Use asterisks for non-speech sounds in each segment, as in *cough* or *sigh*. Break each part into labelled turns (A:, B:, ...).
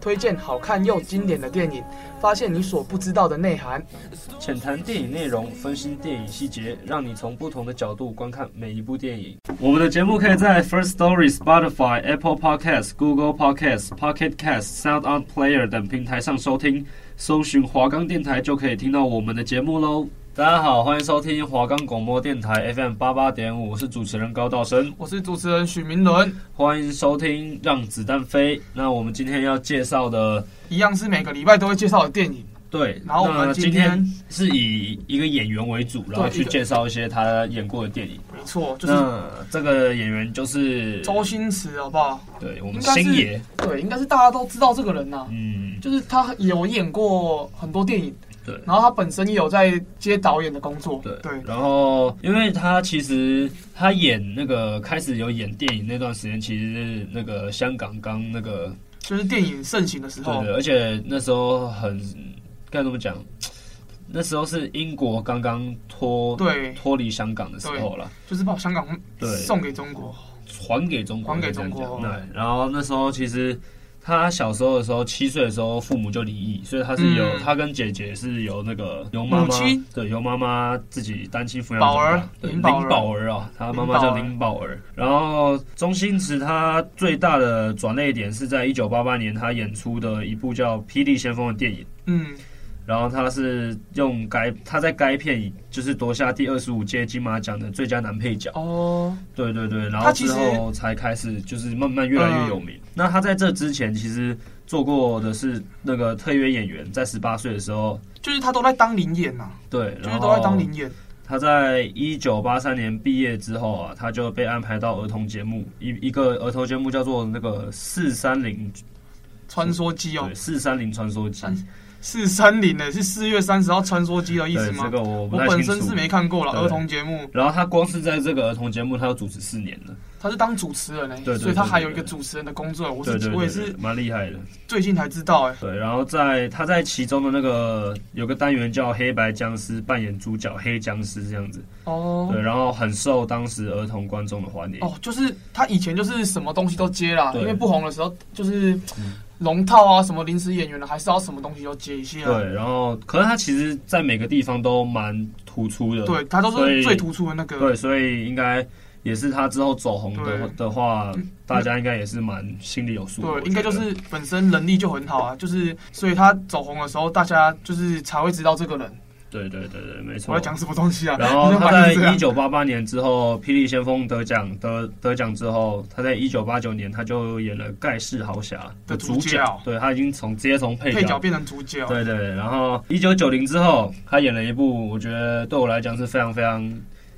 A: 推荐好看又经典的电影，发现你所不知道的内涵。
B: 浅谈电影内容，分析电影细节，让你从不同的角度观看每一部电影。我们的节目可以在 First Story、Spotify、Apple Podcasts、Google Podcasts、Pocket Casts、Sound On Player 等平台上收听，搜寻华冈电台就可以听到我们的节目喽。大家好，欢迎收听华冈广播电台 FM 八八点五，我是主持人高道生。
A: 我是主持人许明伦，
B: 欢迎收听《让子弹飞》。那我们今天要介绍的，
A: 一样是每个礼拜都会介绍的电影。
B: 对，
A: 然后我
B: 那
A: 们
B: 今
A: 今天
B: 是以一个演员为主，然后
A: 对
B: 去
A: 一个
B: 介绍一些他演过的电影。
A: 没错，就是
B: 那这个演员就是
A: 周，星驰，好不好？
B: 对我们
A: 应该是
B: 星爷，
A: 对，应该是大家都知道这个人呐、
B: 嗯，
A: 就是他有演过很多电影，
B: 对。
A: 然后他本身也有在接导演的工作。
B: 对
A: 对，
B: 然后因为他其实他演那个开始有演电影那段时间，其实是那个香港刚那个
A: 就是电影盛行的时
B: 对
A: 候，
B: 的，而且那时候很该怎么讲？那时候是英国刚刚脱
A: 对，
B: 脱离香港的时候了，
A: 就是把香港
B: 对
A: 送给中国。
B: 还给中国，
A: 还给中国嗯
B: 对，然后那时候其实他小时候的时候，七岁的时候父母就离异，所以他是有、
A: 嗯
B: 他跟姐姐是由那个由妈
A: 母
B: 妈
A: 亲
B: 对由妈妈自己单亲抚养
A: 宝儿
B: 长大对
A: 林
B: 林
A: 宝儿
B: 宝儿啊，他妈妈叫林
A: 林
B: 宝儿。然后周星驰他最大的转捩点是在一九八八年，他演出的一部叫《霹雳先锋》的电影。
A: 嗯，
B: 然后他是用该他在该片就是夺下第二十五届金马奖的最佳男配角，
A: 哦，
B: 对对对，然后
A: 他其
B: 之
A: 实嗯
B: 后才开始就是慢慢越来越有名。那他在这之前其实做过的是那个特约演员，在十八岁的时候，
A: 就是他都在当零演呐、
B: 对，
A: 就
B: 然
A: 是
B: 后
A: 都在当零演。
B: 他在一九八三年毕业之后啊，他就被安排到儿童节目一一个儿童节目叫做那个四三零
A: 穿梭机哦
B: 对，四三零穿梭机，
A: 嗯四三零呢，是四月三十号穿梭机的意思
B: 对
A: 吗？
B: 这个我不
A: 我
B: 太
A: 本
B: 清
A: 身是
B: 楚。
A: 没看过了
B: 对
A: 儿童节目，
B: 然后他光是在这个儿童节目，他要主持四年了。
A: 他是当主持人哎、
B: 对对
A: 所以他
B: 对
A: 还
B: 对
A: 有一个
B: 对
A: 主持人的工作。我
B: 对
A: 是
B: 对对，
A: 我也
B: 对
A: 是
B: 蛮厉害的。
A: 最近才知道哎、
B: 对，然后在他在其中的那个有个单元叫黑白僵尸，扮演主角黑僵尸这样子。
A: 哦
B: 对，然后很受当时儿童观众的欢迎。
A: 哦，就是他以前就是什么东西都接啦，
B: 对
A: 因为不红的时候就是龙套啊，什么临时演员的，还是要什么东西都接一些啊。
B: 对，然后可是他其实在每个地方都蛮突出的。
A: 对，他都
B: 所以
A: 是最突出的那个。
B: 对，所以应该也是他之后走红的
A: 对
B: 的话
A: 嗯，
B: 大家应该也是蛮心里有数的。我
A: 对，
B: 觉
A: 应该就
B: 得
A: 是本身能力就很好啊，就是所以他走红的时候，大家就是才会知道这个人。
B: 对对对对，没错。
A: 我在讲什么东西 *laughs* 啊？
B: 然后
A: 你
B: 他
A: 怎么
B: 在
A: 反应这样
B: 一九八八年之后，《霹雳先锋》得奖得得奖之后，他在一九八九年他就演了《盖世豪侠》
A: 的
B: 主
A: 主角
B: 对他已经从直接从配角。
A: 配角变成主角，
B: 对对，对然后一九九零之后，他演了一部我觉得对我来讲是非常非常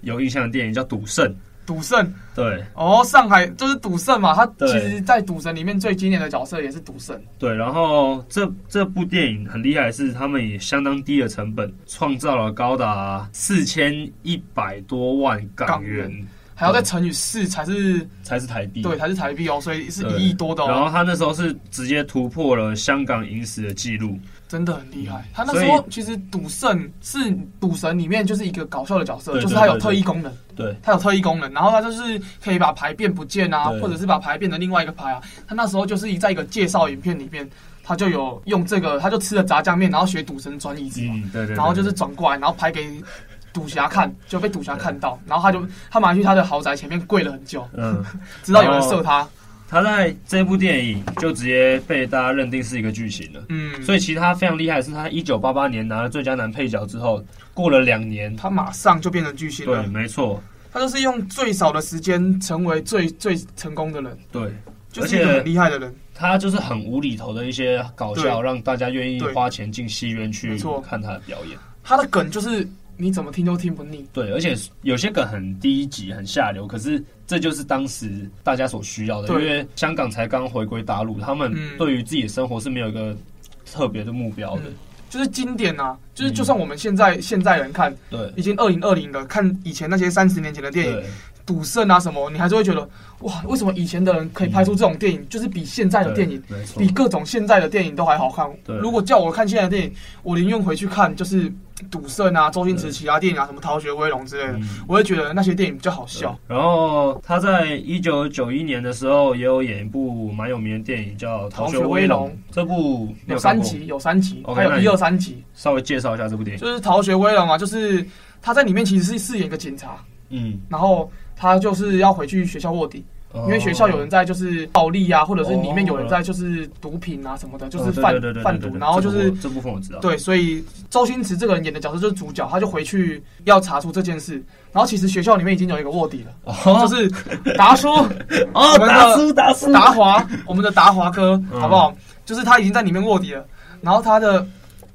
B: 有印象的电影，叫《赌圣》。
A: 赌圣
B: 对
A: 哦，上海就是赌圣嘛，他
B: 对
A: 其实在赌神里面最经典的角色也是赌圣，
B: 对，然后这这部电影很厉害，是他们以相当低的成本创造了高达四千一百多万港元，
A: 港还要再乘以四才是
B: 才是台币。
A: 对，才是台币哦，所以是
B: 对
A: 一亿多的
B: 然
A: 哦，
B: 后他那时候是直接突破了香港影史的记录，
A: 真的很厉害
B: 嗯。
A: 他那
B: 所以
A: 时候其实赌圣是赌神里面就是一个搞笑的角色，
B: 对
A: 就是
B: 对
A: 他有
B: 对
A: 特
B: 对
A: 异功能，
B: 对
A: 他有特异功能，然后他就是可以把牌变不见啊，
B: 对
A: 或者是把牌变成另外一个牌啊。他那时候就是在一个介绍影片里面，他就有用这个，他就吃了炸酱面，然后学赌神转椅子嘛。
B: 嗯，对对对
A: 然后就是转过来，然后拍给赌侠看，就被赌侠看到，然后他就他马上去他的豪宅前面跪了很久，
B: 嗯，
A: 直到有人射他。
B: 他在这部电影就直接被大家认定是一个巨星了。
A: 嗯，
B: 所
A: 以
B: 以其实他非常厉害，是他一九八八年拿了最佳男配角之后，过了两年，
A: 他马上就变成巨星啊
B: 对，
A: 了。
B: 没错，
A: 他就是用最少的时间成为最最成功的人，
B: 对，
A: 就是一个很厉害的人。
B: 他就是很无厘头的一些搞笑，
A: 对
B: 让大家愿意
A: 对
B: 花钱进戏院去
A: 没错
B: 看他的表演。
A: 他的梗就是你怎么听都听不腻。
B: 对，而且有些梗很低级、很下流，可是这就是当时大家所需要的，因
A: 对
B: 为香港才刚回归大陆，他们
A: 嗯
B: 对于自己的生活是没有一个特别的目标的。
A: 就是经典啊，就是
B: 嗯
A: 就算我们现在现在人看，
B: 对
A: 已经二零二零了，看以前那些三十年前的嗯电影，
B: 对
A: 赌圣啊什么，你还是会觉得哇，为什么以前的人可以拍出这种电影，就是比现在的电影，
B: 嗯对没错
A: 比，各种现在的电影都还好看
B: 对。
A: 如果叫我看现在的电影，我宁愿回去看就是赌圣啊、周星驰
B: 对
A: 其他电影啊，什么《逃学威龙》之类的，
B: 嗯
A: 我会觉得那些电影比较好笑。
B: 然后他在一九九一年的时候也有演一部蛮有名的电影叫《逃学威龙》，这部你
A: 有
B: 有看
A: 三
B: 过
A: 集，有三集，
B: OK，
A: 还
B: 那
A: 有
B: 你
A: 一二三集，
B: 稍微介绍一下这部电影。
A: 就是《逃学威龙》啊，就是他在里面其实是饰演一个警察，
B: 嗯，呃
A: 然后他就是要回去学校卧底。
B: 哦
A: 因为学校有人在就是暴力啊，或者是里面有人在就是毒品啊什么的，就是
B: 哦
A: 贩贩毒，然后就是
B: 这部分我知道。
A: 对，所以周星驰这个人演的角色就是主角，他就回去要查出这件事。然后其实学校里面已经有一个卧底了，
B: 哦
A: 就是达叔
B: 哦，达叔达叔
A: 达华，我们的达华哥，
B: 嗯
A: 好不好？就是他已经在里面卧底了，然后他的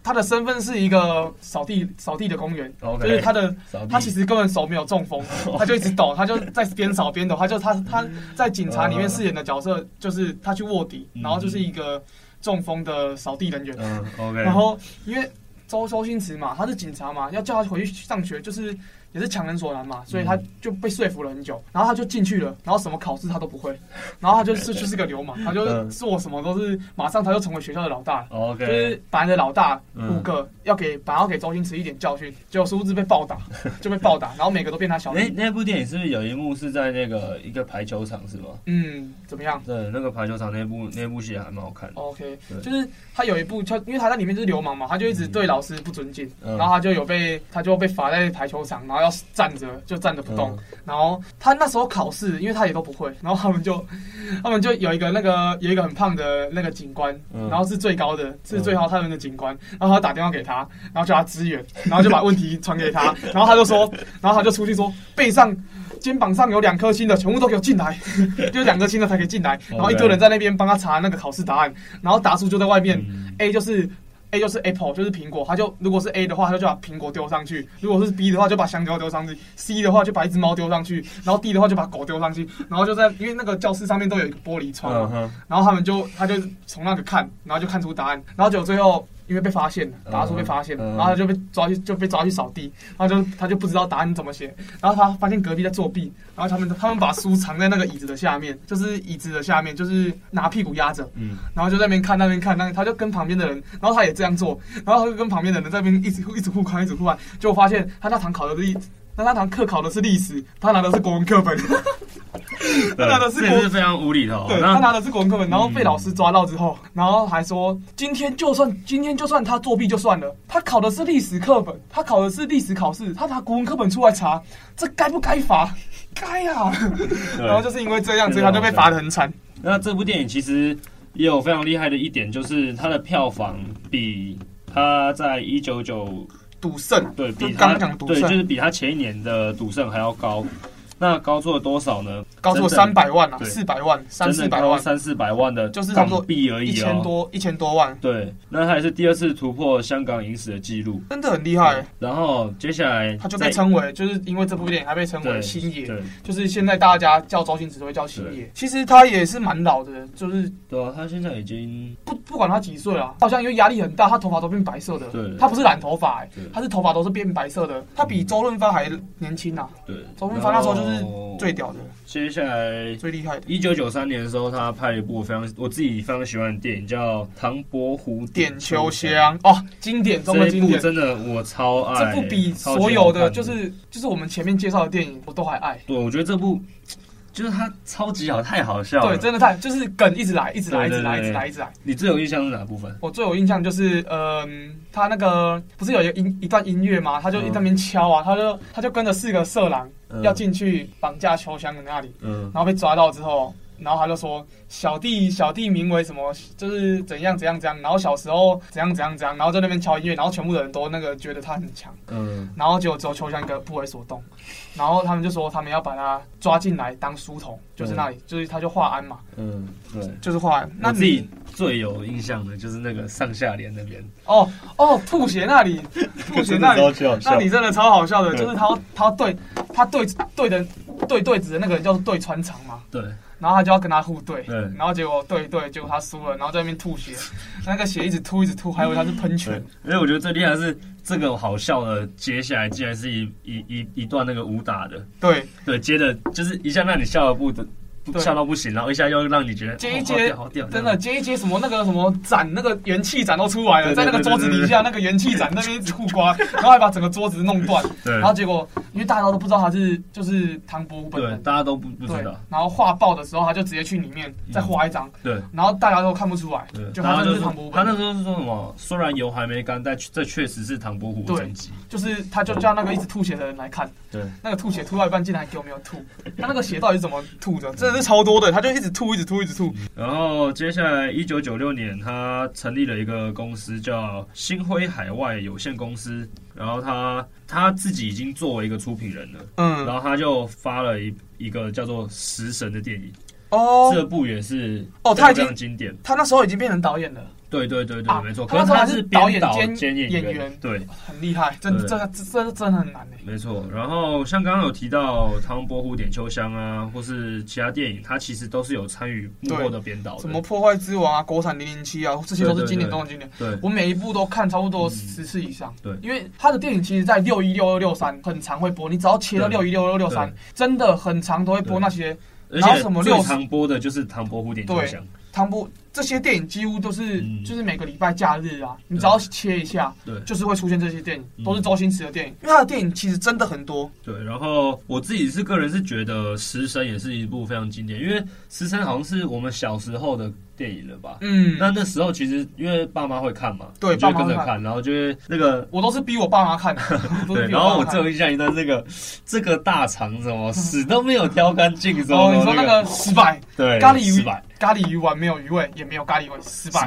A: 他的身份是一个扫地扫地的公园，
B: ，OK，
A: 就是他的
B: 扫地
A: 他其实根本手没有
B: *laughs*
A: 中风，他就一直抖，他就在边扫边抖，他就他他在警察里面饰演的角色就是他去卧底，
B: 嗯
A: 然后就是一个中风的扫地人员，
B: 嗯 *laughs* OK，
A: 然后因为周周星驰嘛，他是警察嘛，要叫他回去上学，就是也是强人所难
B: 嗯
A: 嘛，所以他就被说服了很久，然后他就进去了，然后什么考试他都不会，然后他就是就是个流氓，他就
B: 嗯
A: 做什么都是马上他就成为学校的老大了。就
B: OK，
A: 是本来的老大
B: 嗯
A: 五个、要给本来要给周星驰一点教训，结果殊不知被暴打，就被暴
B: *laughs*
A: 打，然后每个都变他小
B: 那
A: 弟。
B: 那部电影是不是有一幕是在那个一个排球场是吗？
A: 嗯，怎么样
B: 对，那个排球场那部那部戏还蛮好看的。
A: 哦？OK，
B: 对
A: 就是他有一部，他因为他在里面就是流氓嘛，他就一直对老师不尊敬，
B: 嗯
A: 然后他就有被他就被罚在排球场，然后要站着就站着不动，
B: 嗯
A: 然后他那时候考试，因为他也都不会，然后他们就 *laughs* 他们就有一个那个有一个很胖的那个警官，
B: 嗯
A: 然后是最高的，是最高他们的警官，然后他打电话给他，然后叫他支援，然后就把问题传
B: *laughs*
A: 给他，然后他就说，然后他就出去说背上。肩膀上有两颗星的，全部都给我进来， *laughs* 就是两颗星的才可以进
B: 哦
A: 来。然后一堆人在那边帮他查那个考试答案，然后达叔就在外面、
B: 嗯
A: A 就是 A 就是 apple 就是苹果，他就如果是 A 的话，他就把苹果丢上去；如果是 B 的话，就把香蕉丢上去；C 的话就把一只猫丢上去，然后 D 的话就把狗丢上去。然后就在因为那个教室上面都有一个玻璃窗
B: 嗯
A: 嘛，
B: 哼，
A: 然后他们就他就从那个看，然后就看出答案，然后就最后。因为被发现了，达叔被发现了，
B: 嗯嗯
A: 然后他就被抓去就被抓去扫地，然后就他就不知道答案怎么写，然后他发现隔壁在作弊，然后他们他们把书藏在那个椅子的下面，就是椅子的下面，就是拿屁股压着，
B: 嗯，
A: 然后就在那边看那边看，那边他就跟旁边的人，然后他也这样做，然后他就跟旁边的人在那边一直一直互看，一直互看，结果发现他那堂考的是历，那那堂课考的是历史，他拿的是国文课本，
B: 对
A: *laughs* 那个是
B: 这
A: 国
B: 也是非常无厘头。啊
A: 对他拿的是国文课本，然后被老师抓到之后，然后还说今天就算今天就算他作弊就算了，他考的是历史课本，他考的是历史考试，他拿国文课本出来查，这该不该罚？ *laughs* 该啊！
B: 对
A: 然后就是因为这样，所以他就被罚的很惨。
B: 那这部电影其实也有非常厉害的一点，就是它的票房比它在一九九
A: 赌圣，
B: 对
A: 就
B: 比它
A: 刚讲赌
B: 对就
A: 圣
B: 是比它前一年的赌圣还要高。那高做了多少呢？
A: 高出
B: 真的
A: 三百万啊，
B: 对
A: 四百万，三
B: 真
A: 四
B: 正
A: 百
B: 高
A: 万。
B: 三四百万的
A: 就是差不多
B: 港币而已
A: 一
B: 哦，
A: 千多一千多万，
B: 对，那他也是第二次突破香港影史的记录。
A: 真的很厉害。
B: 然后接下来
A: 他就
B: 在
A: 被称为，就是因为这部电影，他被称为
B: 对
A: 星爷，
B: 对
A: 就是现在大家叫周星驰都会叫星爷。其实他也是蛮老的，就是
B: 对啊，他现在已经
A: 不不管他几岁了，好像因为压力很大，他头发都变白色的
B: 对。
A: 他不是染头发、欸
B: 对，嗯
A: 他是头发都是变白色的。他比周润发还年轻呐、啊，
B: 对
A: 周润发那时候就是
B: 然后
A: 最屌的，
B: 接下来
A: 最厉害的。
B: 一九九三年的时候，他拍了一部我非常我自己非常喜欢的电影，叫《唐伯虎
A: 点秋
B: 香》。
A: 香哦，经典中的
B: 这一
A: 经
B: 部
A: 典。
B: 真的我超爱，
A: 这部比
B: 超
A: 所
B: 级
A: 有
B: 好
A: 的
B: 看
A: 就是就是我们前面介绍的电影我都还爱，
B: 对，我觉得这部就是它超级好，太好笑了。
A: 对，真的太就是梗一直来，一直来，一直来，
B: 对
A: 一
B: 对对
A: 直来，一直来。
B: 你最有印象是哪部分？
A: 我最有印象就是，嗯、他那个不是有一个音一段音乐吗？他就一在那边敲啊，他就他就跟着四个色狼
B: 嗯
A: 要进去绑架秋香的那里，
B: 嗯，
A: 然后被抓到之后，然后他就说小弟小弟名为什么，就是怎样怎样怎样，然后小时候怎样怎样怎样，然后在那边敲音乐，然后全部的人都那个觉得他很强，
B: 嗯，
A: 然后结果只有秋香一个不为所动，然后他们就说他们要把他抓进来当书童，就是那里，就是他就华安嘛，
B: 嗯，对。
A: 就是华安。
B: 嗯
A: 那
B: 我
A: 你
B: 自己最有印象的就是那个上下联那边，
A: 哦哦，吐血
B: *laughs*
A: 那里，吐血那里。
B: 级好
A: 那你真的超好笑的，
B: 对
A: 就是他要他要对他对对的对对子的那个人叫做对穿肠嘛，
B: 对，
A: 然后他就要跟他互对，
B: 对
A: 然后结果对一对，结果他输了，然后在那边
B: *laughs*
A: 吐血，那个血一直吐一直吐，还以为他是喷
B: 对
A: 泉，，
B: 而且我觉得最厉害的是这个好笑的，接下来竟然是一一一一段那个武打的，
A: 对，
B: 对，接着就是一下让你笑到不得，不
A: 对
B: 笑到不行，然后一下又让你觉得
A: 接一
B: 哦
A: 接
B: 好屌好屌，
A: 真
B: 这
A: 的
B: 样
A: 接一接什么那个什么斩那个元气斩都出来了，
B: 对对
A: 在那个桌子底下那个元气斩那边一直互刮，然后还把整个桌子弄断，
B: 对
A: 然后结果因为大家都不知道他是就是唐伯虎本
B: 对，
A: 人，
B: 大家都不不
A: 对
B: 知道，，
A: 然后画报的时候他就直接去里面再画一张，
B: 对。
A: 然后大家都看不出来
B: 嗯对，，
A: 就
B: 大
A: 他
B: 家就
A: 真的是
B: 说
A: 唐伯虎
B: 他
A: 本
B: 那
A: 人，
B: 时候是说什么？虽然油还没干，但这确实是唐伯虎的
A: 对
B: 真迹。
A: 就是他就叫那个一直吐血的人来看，
B: 对，
A: 那个吐血吐到一半竟然还给我没有 *laughs* 吐，他那个血到底是怎么吐的？真的是超多的，他就一直吐一直吐一直吐，
B: 然后接下来，一九九六年，他成立了一个公司叫星辉海外有限公司。然后他他自己已经作为一个出品人了，然
A: 嗯，
B: 后他就发了一一个叫做《食神》的电影，这
A: 哦，
B: 部也是
A: 哦他已经
B: 非常经典。
A: 他那时候已经变成导演了。
B: 对对对对，
A: 啊
B: 没错。
A: 他
B: 可是
A: 那时候还是
B: 是
A: 导
B: 编
A: 演
B: 导
A: 兼
B: 兼
A: 演
B: 员，
A: 员
B: 对，
A: 很厉害，真
B: 对
A: 这这这真的很难诶。
B: 没错，然后像刚刚有提到唐伯虎点秋香啊，或是其他电影，它其实都是有参与幕后的编导的。
A: 什么破坏之王啊，国产零零七啊，这些都是经典中的经典。
B: 对嗯
A: 我每一部都看差不多十次以上。
B: 对
A: 因为他的电影其实，在六一、六二、六三很常会播，你只要切到
B: 对
A: 六一、六二、六三
B: 对，
A: 真的很常都会
B: 对
A: 播那些
B: 而
A: 然后
B: 且
A: 什么
B: 最
A: 六
B: 常播的就是唐伯虎点秋香。
A: 唐伯这些电影，几乎都是
B: 嗯
A: 就是每个礼拜假日啊，你只要切一下，
B: 对
A: 就是会出现这些电影，
B: 嗯
A: 都是周星驰的电影。因为他的电影其实真的很多，
B: 对，然后我自己是个人是觉得《食神》也是一部非常经典，因为《食神》好像是我们小时候的电影了吧？
A: 嗯，
B: 那那时候其实因为爸妈会看嘛，
A: 对
B: 你就会
A: 爸妈
B: 跟
A: 会
B: 着
A: 看
B: 看，然后就会那个
A: 我都是逼我爸妈
B: *laughs*
A: 看的，都是
B: 对，
A: 逼
B: 然后
A: 爸妈
B: 我
A: 看
B: 最有印象一段这个这个大肠什么屎都
A: *laughs*
B: 没有挑干净，什
A: 哦，
B: 么
A: 你说那个失败，
B: 对
A: 咖喱鱼
B: 失败
A: 咖喱鱼丸没有鱼味，也没有咖喱味，失败。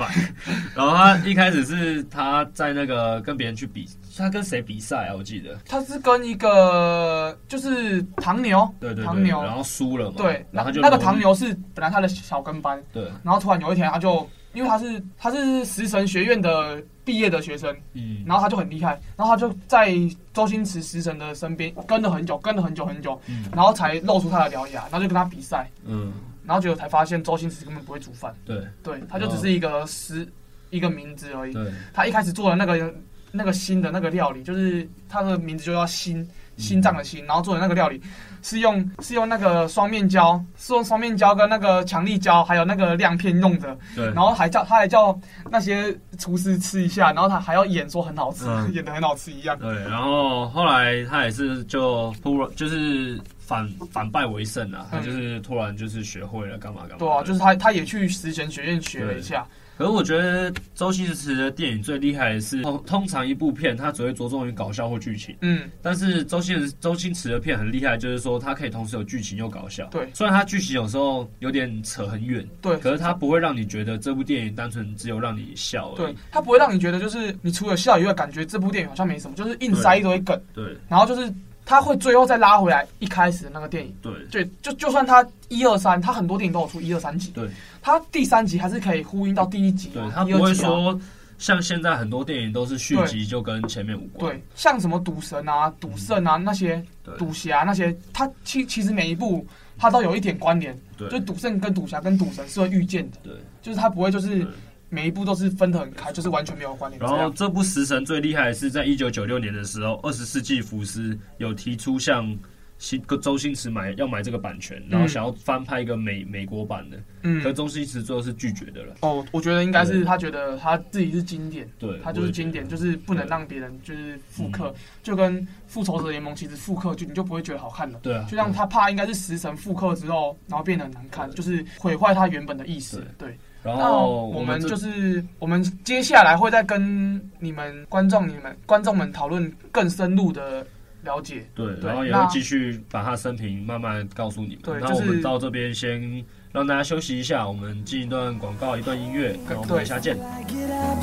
B: 然后他一开始是他在那个跟别人去比，他跟谁比赛啊？我记得，
A: 它是跟一个就是唐牛，
B: 对对对，
A: 唐牛
B: 然后输了嘛，
A: 对，
B: 然后他就
A: 那个
B: 挪
A: 唐，牛是本来他的小跟班，
B: 对，
A: 然后突然有一天他就，因为他是他是食神学院的毕业的学生，
B: 嗯，
A: 然后他就很厉害，然后他就在周星驰食神的身边跟了很久，跟了很久很久，
B: 嗯
A: 然后才露出他的獠牙，然后就跟他比赛，
B: 嗯，
A: 然后结果才发现周星驰根本不会煮饭，
B: 对
A: 对，他就只是一个食一个名字而已。
B: 对，
A: 他一开始做的那个那个新的那个料理，就是它的名字就叫心心脏的心，然后做的那个料理是用是用那个双面胶，是用双面胶跟那个强力胶还有那个亮片弄的，
B: 对，
A: 然后还叫他还叫那些厨师吃一下，然后他还要演说很好吃，
B: 嗯
A: 演的很好吃一样。
B: 对，然后后来他也是就突然就是反反败为胜啊，他就是突然就是学会了干嘛干嘛，
A: 嗯对啊，就是他，他也去食神学院学了一下，
B: 可是我觉得周星驰的电影最厉害的是，通通常一部片它只会着重于搞笑或剧情，
A: 嗯，
B: 但是周星驰周星驰的片很厉害，就是说它可以同时有剧情又搞笑。
A: 对
B: 虽然它剧情有时候有点扯很远，
A: 对
B: 可是它不会让你觉得这部电影单纯只有让你笑而
A: 对
B: 已。，
A: 他不会让你觉得就是你除了笑以外，感觉这部电影好像没什么，就是硬塞一堆梗，
B: 对
A: 然后就是他会最后再拉回来一开始的那个电影。
B: 对
A: 对，就就算他一二三，他很多电影都有出一二三集，
B: 对
A: 他第三集还是可以呼应到第一集、
B: 对，
A: 啊，
B: 它
A: 第
B: 不会
A: 二集啊。
B: 说像现在很多电影都是续集就跟前面无关。
A: 对，像什么赌神啊、赌圣啊那些、
B: 对
A: 赌侠那些，他其其实每一部他都有一点关联，
B: 对
A: 就赌圣跟赌侠跟赌神是会遇见的，
B: 对
A: 就是他不会就是
B: 对
A: 每一部都是分得很开，就是完全没有关联这
B: 然后
A: 样。
B: 这部《食神》最厉害的是，在一九九六年的时候，二十世纪福斯有提出向新周星驰买要买这个版权，然后想要翻拍一个美美国版的，可
A: 嗯，
B: 周星驰最后是拒绝的了。
A: 哦，我觉得应该是
B: 对
A: 他觉得他自己是经典。
B: 对，
A: 它就
B: 我
A: 是
B: 也觉
A: 经
B: 得嗯
A: 典，就是不能让别人就是复刻，就跟复仇者联盟其实复刻就你就不会觉得好看了。
B: 对啊，
A: 就像他怕应该是食神复刻之后，然后变得很难看，就是毁坏他原本的意思。对，
B: 然
A: 那
B: 后
A: 哦我们
B: 这
A: 就是我们接下来会再跟你们观众、你们观众们讨论更深入的了解。
B: 对，
A: 对
B: 然后也
A: 那
B: 会继续把他生平慢慢告诉你
A: 对
B: 们。那
A: 就
B: 我
A: 是
B: 们到这边先让大家休息一下，我们进一段广告，一段音乐，然后我们
A: 对
B: 等一下见。
C: I get up,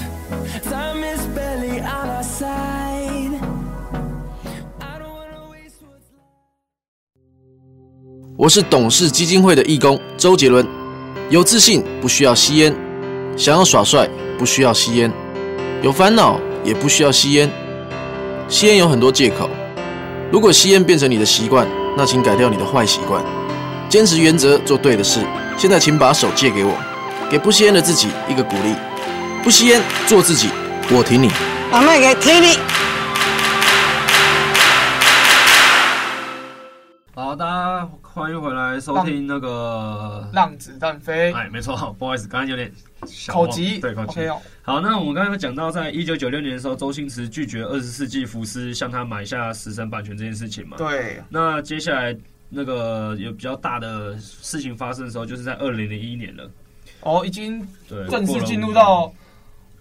C: time is barely on our side. I don't wanna waste what's left.
D: 我是董事基金会的义工周杰伦。有自信不需要吸烟，想要耍帅不需要吸烟，有烦恼也不需要吸烟。吸烟有很多借口，如果吸烟变成你的习惯，那请改掉你的坏习惯。坚持原则，做对的事。现在请把手借给我，给不吸烟的自己一个鼓励。不吸烟，做自己，我挺你。
E: 我卖给 t v
B: 好，大家欢迎回来收听那个。
A: 让子弹飞，
B: 哎，没错，不好意思，刚刚有点小
A: 口
B: 忘
A: 急，
B: 对口急
A: OK。哦，
B: 好，那我们刚才有讲到，在一九九六年的时候，周星驰拒绝二十世纪福斯向他买下死神版权这件事情嘛。
A: 对，
B: 那接下来那个有比较大的事情发生的时候，就是在二零零一年了，
A: 哦，已经
B: 对，
A: 正
B: 过
A: 式
B: 了
A: 进入
B: 五
A: 到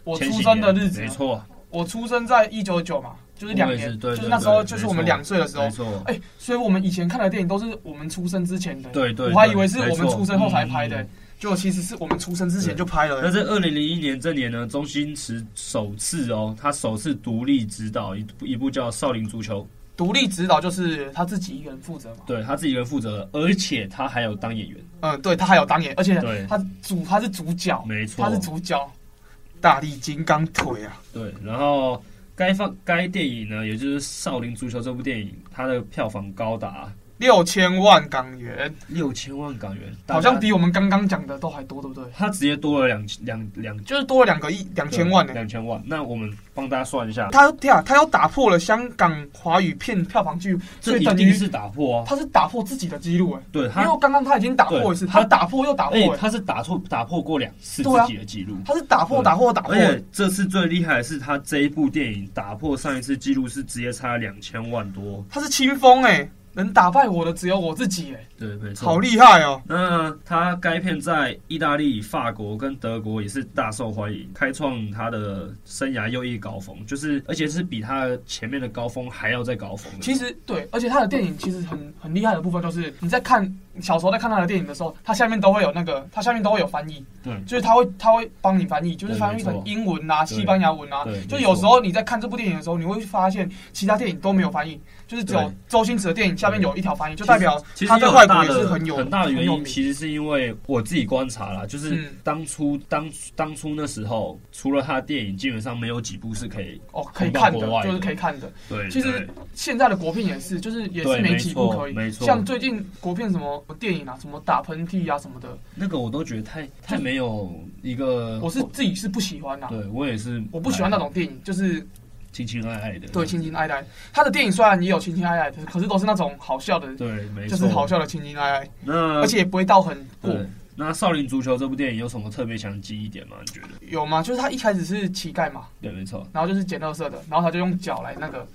A: 我
B: 年前
A: 出
B: 几
A: 生的
B: 年
A: 日子
B: 没
A: 了。
B: 错，
A: 我出生在一九九嘛，就是两
B: 我也
A: 年
B: 是，对
A: 就是
B: 对
A: 那时候
B: 对
A: 就是
B: 没
A: 我们
B: 错
A: 两岁的时候
B: 没。错，
A: 哎，所以我们以前看的电影都是我们出生之前的，
B: 对对，
A: 我还
B: 对
A: 以为是我们出生后才拍。
B: 没
A: 的
B: 错嗯，
A: 就其实是我们出生之前就拍
B: 那
A: 了。
B: 在二零零一年这年呢，周星驰首次哦，他首次独立执导一部一部叫《少林足球》，
A: 独立指导就是他自己一个人负责嘛，
B: 对他自己一个人负责，而且他还有当演员，
A: 嗯，对他还有当演，而且
B: 对
A: 他主他是主角，
B: 没错，
A: 他是主角，大力金刚腿啊，
B: 对，然后该放该电影呢，也就是《少林足球》这部电影，它的票房高达
A: 六千万港元，
B: 六千万港元，
A: 好像
B: 大家
A: 比我们刚刚讲的都还多，对不对？
B: 它直接多了两两两
A: 就是多了两个亿两千万呢、
B: 两千万。那我们帮大家算一下，
A: 他对啊，他要打破了香港华语片票房记录，所
B: 这
A: 以
B: 一
A: 等
B: 定
A: 于
B: 是打破啊！
A: 他是打破自己的记录哎，
B: 对
A: 因
B: 他
A: 为，刚刚他已经打破一次，
B: 对
A: 他打破又打
B: 而
A: 破
B: 且
A: 哎，
B: 他是打错打破过两次自
A: 对啊
B: 己的记录。
A: 他是打破打破打破
B: 而，且这次最厉害的是，他这一部电影打破上一次记录是直接差两千万多。
A: 他是清风哎，能打败我的只有我自己哎，
B: 对，没错。
A: 好厉害哦！
B: 那它该片在意大利、法国跟德国也是大受欢迎，开创他的生涯又一高峰，就是而且是比他前面的高峰还要再高峰的。
A: 其实对，而且他的电影其实很很厉害的部分就是，你在看小时候在看他的电影的时候，他下面都会有那个，他下面都会有翻译，
B: 对
A: 就是他会他会帮你翻译，就是
B: 对
A: 翻译
B: 没
A: 成
B: 错
A: 英文啊、
B: 对
A: 西班牙文啊
B: 对。
A: 就
B: 没
A: 有
B: 错
A: 时候你在看这部电影的时候，你会发现其他电影都没有翻译，就是只有
B: 对
A: 周星驰的电影下面有一条翻译，就
B: 其实
A: 代表
B: 其实
A: 他在
B: 有很
A: 外国
B: 大
A: 也
B: 的
A: 是很有
B: 很大的原
A: 有
B: 因，
A: 名
B: 其实是因为我自己观察啦，就是
A: 嗯
B: 当初、当当初那时候，除了他的电影，基本上没有几部是可以
A: 哦可以看
B: 红
A: 的
B: 到国外，的
A: 就是可以看的。
B: 对。
A: 其实
B: 对
A: 现在的国片也是，就是也是
B: 对
A: 没几部
B: 没错
A: 可以，
B: 没错
A: 像最近国片什么电影啊，什么打喷嚏啊什么的，
B: 那个我都觉得太太没有一个，
A: 我是自己是不喜欢啦。
B: 对我也是，
A: 我不喜欢那种电影，就是
B: 亲亲爱爱的，
A: 对亲亲爱爱。他的电影虽然也有亲亲爱爱，可是可是都是那种好笑的，
B: 对，没
A: 就
B: 错，
A: 是好笑的亲亲爱爱，
B: 那
A: 而且也哦不会到很过。
B: 对，那《少林足球》这部电影有什么特别想记忆点吗？你觉得？
A: 有吗？就是他一开始是乞丐嘛，
B: 对，没错，
A: 然后就是捡垃圾的，然后他就用脚来那个，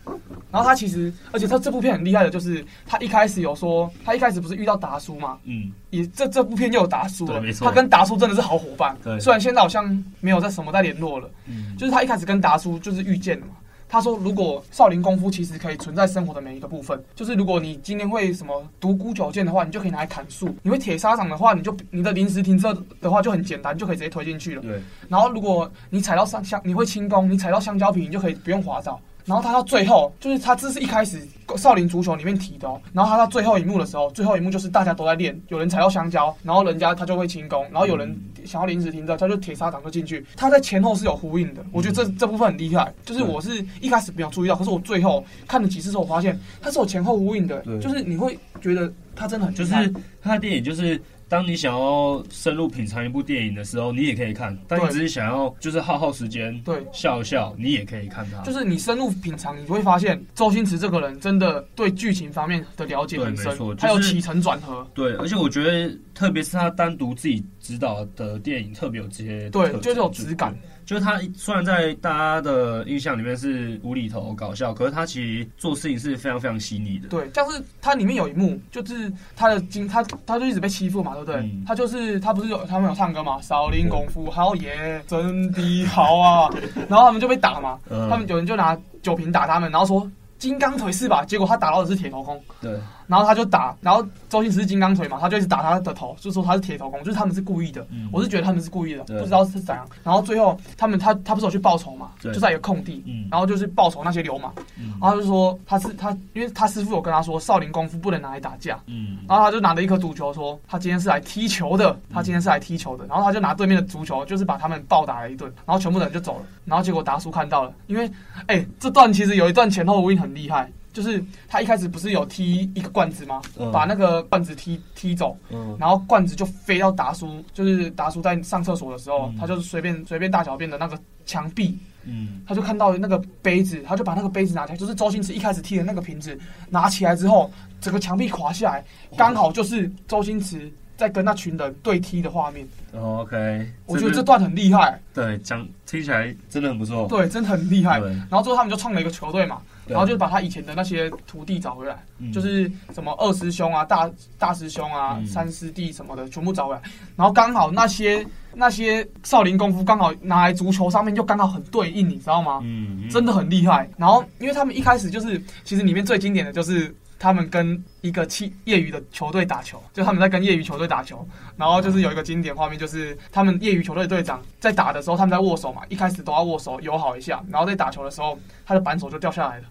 A: 然后他其实，而且他这部片很厉害的，就是他一开始有说，他一开始不是遇到达叔嘛，
B: 嗯，
A: 也这这部片又有达叔
B: 对
A: 了
B: 没，错
A: 他跟达叔真的是好伙伴，
B: 对
A: 虽然现在好像没有在什么在联络了，
B: 嗯
A: 就是他一开始跟达叔就是遇见了嘛。他说：“如果少林功夫其实可以存在生活的每一个部分，就是如果你今天会什么独孤九剑的话，你就可以拿来砍树；你会铁砂掌的话，你就你的临时停车的话就很简单，就可以直接推进去了。
B: 对，
A: 然后如果你踩到香香，你会轻功，你踩到香蕉皮，你就可以不用滑倒。然后他到最后，就是他这是一开始少林足球里面提的哦。然后他到最后一幕的时候，最后一幕就是大家都在练，有人踩到香蕉，然后人家他就会轻功，然后有人想要临时停车，他就铁砂掌就进去。他在前后是有呼应的，我觉得这这部分很厉害。
B: 嗯
A: 就是我是一开始没有注意到，可是我最后看了几次之后，我发现他是有前后呼应的
B: 对，
A: 就是你会觉得他真的很厉
B: 就
A: 害
B: 是他的电影，就是当你想要深入品尝一部电影的时候，你也可以看；当你
A: 对
B: 只是想要就是耗耗时间，
A: 对。
B: 笑一笑，你也可以看它。
A: 就是你深入品尝，你会发现周星驰这个人真的对剧情方面的了解很
B: 对
A: 深
B: 没错，
A: 还有
B: 就是
A: 起承转合。
B: 对，而且我觉得，特别是他单独自己执导的电影，特别有这些
A: 对
B: 特
A: 就是有
B: 质
A: 质感。
B: 就是他虽然在大家的印象里面是无厘头搞笑，可是他其实做事情是非常非常细腻的。
A: 对，像是它里面有一幕，就是他的经他他就一直被欺负嘛，对不对？
B: 嗯
A: 他就是他不是有他们有唱歌嘛，少林功夫好耶，真的好啊，然后他们就被打嘛，
B: 嗯
A: 他们有人就拿酒瓶打他们，然后说金刚腿是吧？结果他打到的是铁头功，
B: 对，
A: 然后他就打，然后周星驰是金刚腿嘛，他就一直打他的头，就说他是铁头功，就是他们是故意的。
B: 嗯
A: 我是觉得他们是故意的，
B: 对
A: 不知道是怎样。然后最后他们他他不是有去报仇嘛，
B: 对
A: 就在一个空地，
B: 嗯
A: 然后就是报仇那些流氓。
B: 嗯
A: 然后他就说他是他，因为他师傅有跟他说少林功夫不能拿来打架，
B: 嗯，
A: 然后他就拿着一颗足球说，他今天是来踢球的，他今天是来踢球的。然后他就拿对面的足球，就是把他们暴打了一顿，然后全部人就走了。然后结果达叔看到了，因为哎、这段其实有一段前后呼应很厉害，就是他一开始不是有踢一个罐子吗？
B: 嗯
A: 把那个罐子踢踢走，
B: 嗯
A: 然后罐子就飞到达叔，就是达叔在上厕所的时候，
B: 嗯
A: 他就是随便随便大小便的那个墙壁，
B: 嗯
A: 他就看到那个杯子，他就把那个杯子拿起来，就是周星驰一开始踢的那个瓶子，拿起来之后，整个墙壁垮下来，刚好就是周星驰在跟那群人对踢的画面。
B: 哦，OK，
A: 我觉得
B: 边
A: 这段很厉害，
B: 对讲听起来真的很不错，
A: 对，真的很厉害。
B: 哦对
A: 然后之后他们就创了一个球队嘛，
B: 对
A: 然后就把他以前的那些徒弟找回来，
B: 嗯
A: 就是什么二师兄啊、大大师兄啊、
B: 嗯
A: 三师弟什么的，全部找回来。然后刚好那些那些少林功夫刚好拿来足球上面，又刚好很对应，你知道吗？
B: 嗯，嗯
A: 真的很厉害。然后因为他们一开始就是，其实里面最经典的就是他们跟一个企业余的球队打球，就他们在跟业余球队打球，然后就是有一个经典画面，就是他们业余球队队长在打的时候，他们在握手嘛，一开始都要握手友好一下，然后在打球的时候，他的板手就掉下来了，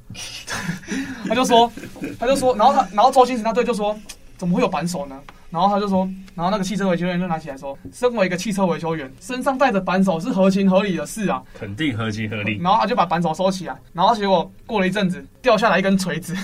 A: 他就说，他就说，然后他，然后周星驰那队就说，怎么会有板手呢？然后他就说，然后那个汽车维修员就拿起来说，身为一个汽车维修员，身上带着板手是合情合理的事啊。
B: 肯定合情合理，
A: 然后他就把扳手收起来，然后结果过了一阵子，掉下来一根锤子，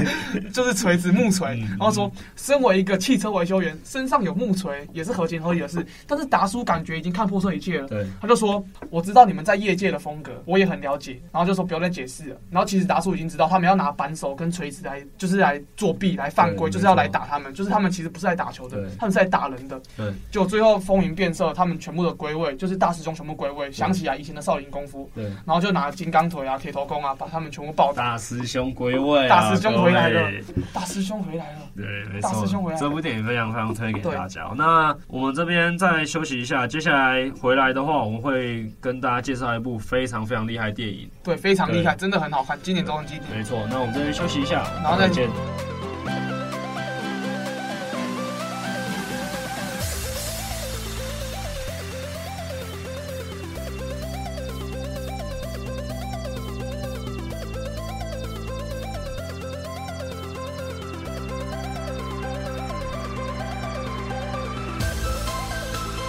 A: *laughs* 就是锤子木锤，
B: 嗯
A: 然后说，身为一个汽车维修员，身上有木锤也是合情合理的事，但是达叔感觉已经看破这一切了。
B: 对，
A: 他就说：“我知道你们在业界的风格，我也很了解。”然后就说不要再解释了。然后其实达叔已经知道，他们要拿扳手跟锤子来，就是来作弊、来犯规，
B: 对
A: 就是要来
B: 没错
A: 打他们。就是他们其实不是来打球的
B: 对，
A: 他们是来打人的。
B: 对，
A: 就最后风云变色，他们全部的归位，就是大师兄全部归位，想起来以前的少林功夫，
B: 对，
A: 然后就拿金刚腿啊、铁头功啊，把他们全部暴打。
B: 大师兄归位啊，
A: 大师兄回来
B: 各位
A: 了，大师兄回来了。
B: 对，没
A: 大
B: 错
A: 师兄回，来了
B: 这部电影非常非常推给
A: 对
B: 大家。那我们这边再休息一下，接下来回来的话，我们会跟大家介绍一部非常非常厉害的电影。
A: 对，非常厉害，
B: 对
A: 真的很好看，经典中文经典。
B: 没错，那我们这边休息一下，
A: 然后再
B: 见。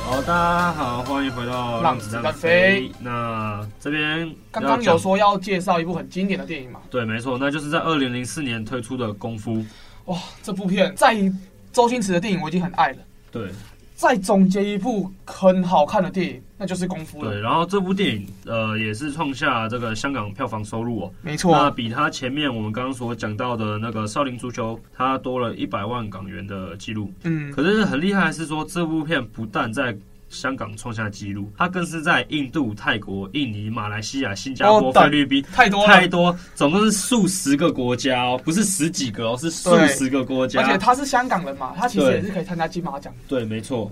B: 好，大家好，欢迎回到《
A: 让
B: 让
A: 子
B: 子
A: 弹
B: 弹
A: 飞
B: 飞》。那这边
A: 刚
B: 要
A: 刚
B: 讲
A: 有说要介绍一部很经典的电影嘛？
B: 对，没错，那就是在二零零四年推出的《功夫》。
A: 哇，这部片在周星驰的电影我已经很爱了。
B: 对
A: 再总结一部很好看的电影，那就是《功夫》了。
B: 对，然后这部电影呃也是创下这个香港票房收入哦。
A: 没
B: 那，比它前面我们刚刚所讲到的那个《少林足球》，它多了一百万港元的记录。
A: 嗯，
B: 可是很厉害的是说，这部片不但在香港创下纪录，它更是在印度、泰国、印尼、马来西亚、新加坡、
A: 哦对
B: 菲律宾
A: 太多了，
B: 太多，总共是数十个国家哦，不是十几个哦，是数
A: 对
B: 十个国家。
A: 而且他是香港人嘛，他其实
B: 对
A: 也是可以参加金马奖
B: 对，没错。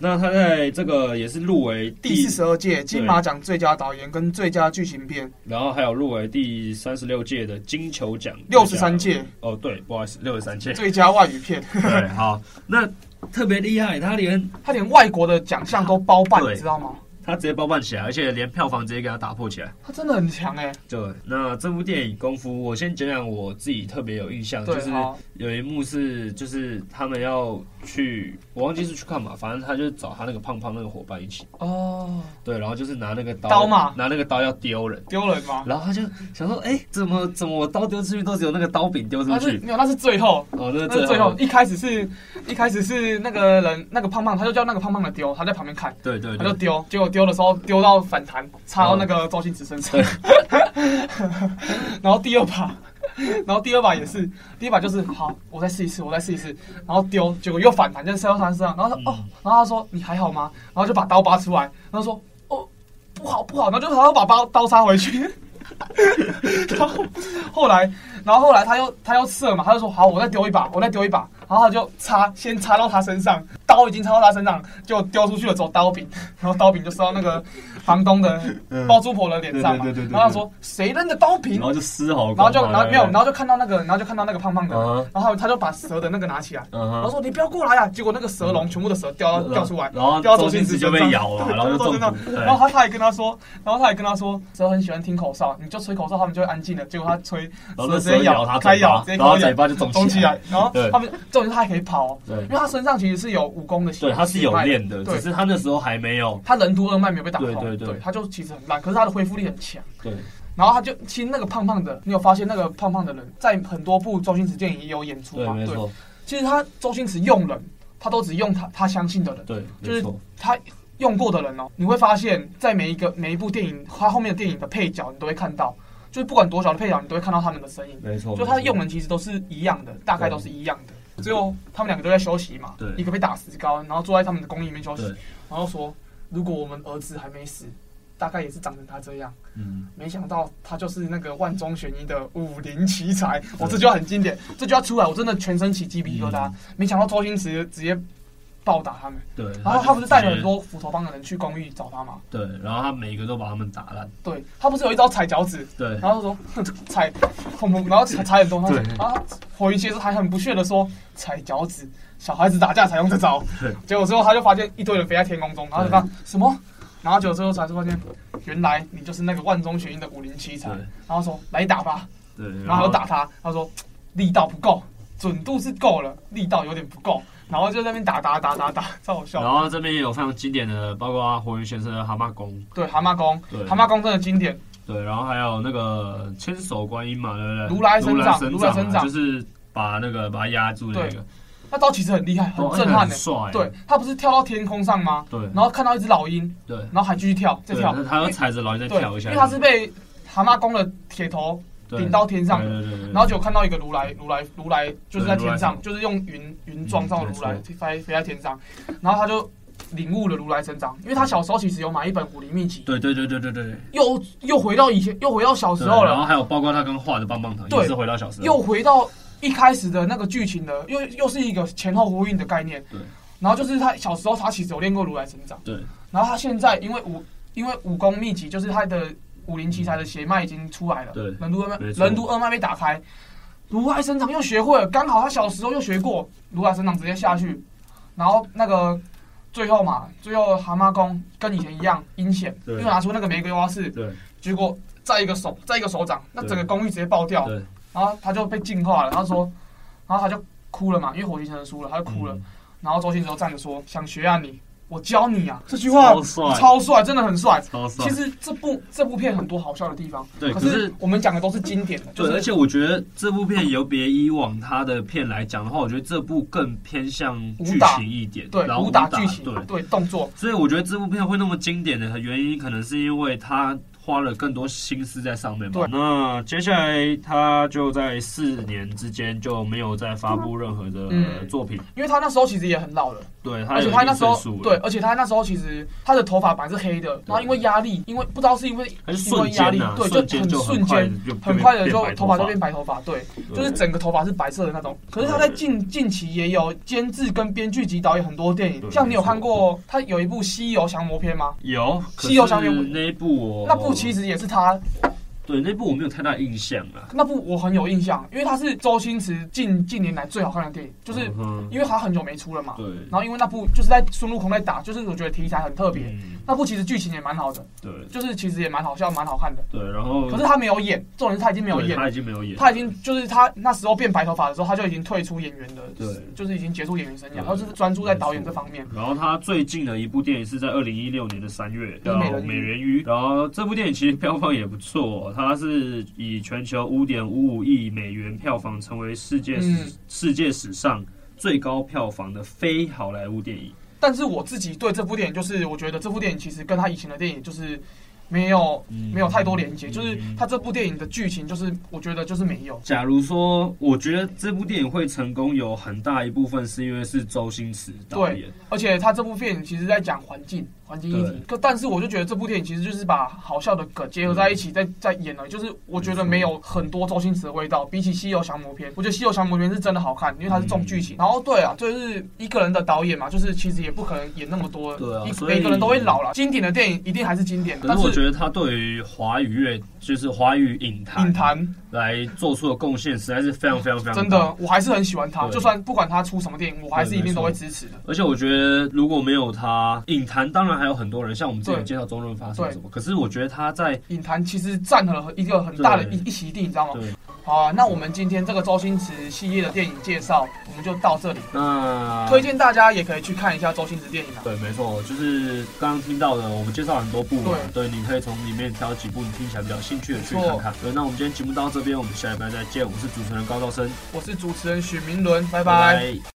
B: 那他在这个也是入围
A: 第四十二届金马奖最佳导演跟最佳剧情片， *laughs*
B: 然后还有入围第三十六届的金球奖
A: 六十三届
B: 哦，对，不好意思，六十三届。
A: 最佳外语片， *laughs*
B: 对，好，那特别厉害，他连
A: 他连外国的奖项都包办，
B: 对
A: 你知道吗？
B: 他直接包办起来，而且连票房直接给他打破起来。
A: 他真的很强哎、
B: 对，那这部电影《功夫》，我先讲讲我自己特别有印象，就
A: 对
B: 是
A: 好
B: 有一幕是就是他们要去，我忘记是去干嘛，反正他就找他那个胖胖那个伙伴一起，
A: 哦，
B: 对，然后就是拿那个刀
A: 刀嘛
B: 拿那个刀要丢人。
A: 丢人吗？
B: 然后他就想说，哎、怎么怎么我刀丢出去都只有那个刀柄丢出
A: 他是
B: 去？
A: 啊没有，那是最后，
B: 哦，那是
A: 那是最后，一开始是一开始是那个人那个胖胖，他就叫那个胖胖的丢，他在旁边看。
B: 对对
A: 他就
B: 对，
A: 丢，结果丢的时候丢到反弹，插到那个周星驰身上。 *laughs* 然后第二把，然后第二把也是，第一把就是好，我再试一次，我再试一次，然后丢，结果又反弹，就射到他身上。然后他
B: 嗯
A: 说、哦，然后他说你还好吗？然后就把刀拔出来，然后说哦不好不好，然后就他又把刀刀插回去。 *laughs* 然后后来，然后后来他又他又射嘛，他就说好，我再丢一把，我再丢一把，然后他就插，先插到他身上，刀已经插到他身上，就丢出去了，走刀柄，然后刀柄就射到那个房东的包租婆的脸上嘛，
B: 嗯对对对对对
A: 然后他说谁扔的刀柄
B: 然，后就嘶吼，
A: 然后就然后没有，然
B: 后
A: 后就看到那个，然后就看到那个胖胖的
B: 嗯，
A: 然后他就把蛇的那个拿起来，
B: 嗯哼嗯
A: 然后说你不要过来啊，结果那个蛇笼全部的蛇掉到掉出来，
B: 然后
A: 掉到
B: 周
A: 周星
B: 星驰
A: 驰
B: 就被
A: 身上
B: 咬了
A: 对
B: 然后就
A: 掉到周星
B: 中
A: 驰
B: 毒
A: 身上
B: 对
A: 然后他他还跟他说，然后他还跟他说蛇很喜欢听口哨，你就吹口哨，他们就会安静的，结果他吹
B: 然后那
A: 直
B: 蛇
A: 接
B: 咬他
A: 他，开
B: 嘴巴
A: 咬，直接
B: 然后
A: 开
B: 嘴
A: 咬。
B: 巴就肿
A: 肿
B: 起
A: 起来
B: 来。，
A: 然后
B: 对
A: 他们重点是他还可以跑哦，
B: 对
A: 因为他身上其实是有武功的血，
B: 对，他是有练的，
A: 对
B: 只是他那时候还没有。
A: 他人徒二脉没有被打
B: 对
A: 通，
B: 对对对
A: 对，他就其实很烂，可是他的恢复力很强。
B: 对，
A: 然后他就其实那个胖胖的，你有发现那个胖胖的人在很多部周星驰电影也有演出
B: 对，
A: 嘛？
B: 没
A: 对，
B: 错，
A: 其实他周星驰用人，他都只用他他相信的人，
B: 对，
A: 就
B: 没
A: 是
B: 错，
A: 他用过的人哦。你会发现在每一个每一部电影，他后面的电影的配角，你都会看到，就是不管多小的配角，你都会看到他们的身影。
B: 没错，
A: 就他的
B: 没错
A: 用人其实都是一样的，大概都是一样的。最后他们两个都在休息嘛
B: 对，
A: 一个被打石膏，然后坐在他们的宫里面休息
B: 对，
A: 然后说如果我们儿子还没死，大概也是长成他这样。
B: 嗯，
A: 没想到他就是那个万中选一的武林奇才，我这句话很经典，这句话出来我真的全身起鸡皮疙瘩。没想到周星驰直接暴打他们，
B: 对，
A: 然后他不是带了很
B: 直接
A: 多斧头帮的人去公寓找他嘛？
B: 对，然后他每一个都把他们打烂，
A: 对他不是有一招踩脚趾，
B: 对，
A: 然后说哼踩，砰砰，然后踩踩很多，
B: 对
A: 然后火云邪术还很不屑的说踩脚趾，小孩子打架才用这招
B: 对。
A: 结果之后他就发现一堆人飞在天空中，然后就看什么，然后结果之后才发现，原来你就是那个万中选一的武林奇才。
B: 对
A: 然后说来打吧，
B: 对，
A: 然后他就打他，他说力道不够，准度是够了，力道有点不够，然后就在那边打打打打打，超好
B: 然
A: 笑。
B: 后这边也有非常经典的，包括火云先生的蛤蟆功，
A: 对蛤蟆功
B: 对，
A: 蛤蟆功真的经典，
B: 对，然后还有那个千手观音嘛，对不对？
A: 如来神掌
B: 如
A: 如
B: 来
A: 来
B: 神
A: 神
B: 掌啊，
A: 掌
B: 就是把那个把它压住的那个，
A: 那招其实很厉害，很
B: 哦
A: 震撼欸
B: 那个很
A: 的。
B: 帅，
A: 对他不是跳到天空上吗？
B: 对，
A: 然后看到一只老鹰，
B: 对
A: 然后还继续跳，再
B: 对，
A: 跳，
B: 他要踩着老鹰再
A: 对，
B: 跳一下，
A: 因为他是被蛤蟆公的铁头
B: 对
A: 顶到天上
B: 对
A: 的，
B: 对对对，
A: 然后就看到一个如来，如来，如来就是在天上，
B: 对
A: 就是用云云撞上如来
B: 嗯没，
A: 飞飞在天上，然后他就领悟了如来神掌，因为他小时候其实有买一本武林秘籍，
B: 对对对对对对对，
A: 又又回到以前，又回到小时
B: 对
A: 候
B: 然后
A: 了，
B: 还有包括他跟画的棒棒糖，
A: 对
B: 也是回到小时候，
A: 又回到一开始的那个剧情的，又又是一个前后呼应的概念。
B: 对
A: 然后就是他小时候他其实有练过如来神掌，
B: 对
A: 然后他现在因为武因为武功秘籍，就是他的武林奇才的血脉已经出来了，
B: 对
A: 任督二脉
B: 没错
A: 任督二脉被打开，如来神掌又学会了，刚好他小时候又学过如来神掌，直接下去，然后那个最后嘛，最后蛤蟆功跟以前一样阴险，
B: 对
A: 又拿出那个玫瑰花式，
B: 对
A: 结果再一个手再一个手掌，那
B: 对
A: 整个公寓直接爆掉，
B: 对，
A: 然后他就被净化了，他说，然后他就哭了嘛，因为火星神输了，他就哭了，
B: 嗯
A: 然后周星驰就站着说想学啊你。我教你啊！这句话
B: 超帅，
A: 超帅，真的很帅。
B: 超帅
A: 其。实这部这部片很多好笑的地方，
B: 对
A: 可
B: 可是
A: 是我们讲的都是经典的，就
B: 对，而
A: 是
B: 且我觉得这部片有别以往他的片来讲的话，我觉得这部更偏向剧
A: 武打
B: 情一点，
A: 对
B: 然后
A: 武
B: 打
A: 打剧情
B: 对，，
A: 对动作，
B: 所以我觉得这部片会那么经典的原因，可能是因为他花了更多心思在上面吧
A: 对。
B: 那接下来他就在四年之间就没有再发布任何的
A: 嗯
B: 作品，
A: 因为他那时候其实也很老了，
B: 对他
A: 而
B: 有
A: 且
B: 一
A: 他那
B: 定
A: 时候
B: 岁数了
A: 对，，而且他那时候其实他的头发本来是黑的，然后因为压力，因为不知道是因为
B: 还是
A: 因为
B: 瞬
A: 压
B: 间
A: 力
B: 呐、，
A: 对，
B: 瞬间
A: 很
B: 就
A: 瞬
B: 快
A: 间，
B: 就
A: 很快的
B: 变
A: 就
B: 白
A: 头发就变白头发，对，
B: 对
A: 就是整个头发是白色的那种。可是他在近近期也有监制跟编剧及导演很多电
B: 对
A: 影，像你有
B: 没错哦
A: 看过他有一部《西游降魔篇》吗？
B: 有可是
A: 西游降魔篇
B: 那一部我
A: 那部其实也是他
B: 对那部我没有太大印象啊了，
A: 那部我很有印象，因为它是周星驰近近年来最好看的电影，就是
B: 嗯哼
A: 因为它很久没出了嘛。
B: 对，
A: 然后因为那部就是在孙悟空在打，就是我觉得题材很特别。
B: 嗯
A: 那部其实剧情也蛮好的，
B: 对
A: 就是其实也蛮好笑、蛮好看的。
B: 对，然后
A: 可是他没有演，重点是他已经没有
B: 嗯对
A: 演，
B: 他已经没有演，
A: 他已经就是他那时候变白头发的时候，他就已经退出演员的，
B: 对
A: 就是已经结束演员生
B: 对
A: 涯，他就是专注在导演这方面。
B: 然后他最近的一部电影是在二零一六年的三月，叫
A: 嗯美人
B: 《
A: 鱼
B: 美人鱼》。然后这部电影其实票房也不错、哦它是以全球五点五五亿美元票房成为世界史、
A: 嗯
B: 世界史上最高票房的非好莱坞电影。
A: 但是我自己对这部电影，就是我觉得这部电影其实跟他以前的电影就是没有、
B: 嗯
A: 没有太多连接，就是
B: 嗯
A: 他这部电影的剧情，就是我觉得就是没有。
B: 假如说，我觉得这部电影会成功，有很大一部分是因为是周星驰导演。
A: 而且他这部电影其实在讲环境、环境议
B: 对
A: 题，可但是我就觉得这部电影其实就是把好笑的梗结合在一起，
B: 嗯
A: 在在演了，就是我觉得没有很多周星驰的味道。比起《西游降魔篇》，我觉得《西游降魔篇》是真的好看，因为它是重剧
B: 嗯
A: 情。然后对啊，就是一个人的导演嘛，就是其实也不可能演那么多，
B: 对啊
A: 一
B: 所以
A: 每个人都会老了。经典的电影一定还是经典，
B: 可
A: 但
B: 是我觉得
A: 是
B: 他对于华语乐，就是华语影坛
A: 影坛
B: 来做出的贡献，实在是非常非常非常
A: 真
B: 大
A: 的我还是很喜欢他，
B: 对
A: 就算不管他出什么电影，我还是一定都会
B: 对
A: 支持的。
B: 而且我觉得如果没有他，影坛当然还有很多人，像我们之前有介绍周润发什么什么，可是我觉得他在
A: 影坛其实占了一个很大的
B: 对
A: 一一席地，你知道吗？
B: 对
A: 好啊，那我们今天这个周星驰系列的电影介绍，我们就到这里。
B: 那
A: 推荐大家也可以去看一下周星驰电影啊。
B: 对，没错，就是刚刚听到的，我们介绍很多部嘛，对，
A: 对
B: 你可以从里面挑几部你听起来比较有兴趣的去
A: 没
B: 看
A: 错
B: 看。对，那我们今天节目到这边，我们下礼拜再见。我是主持人高道生，
A: 我是主持人许明伦，拜
B: 拜
A: 拜。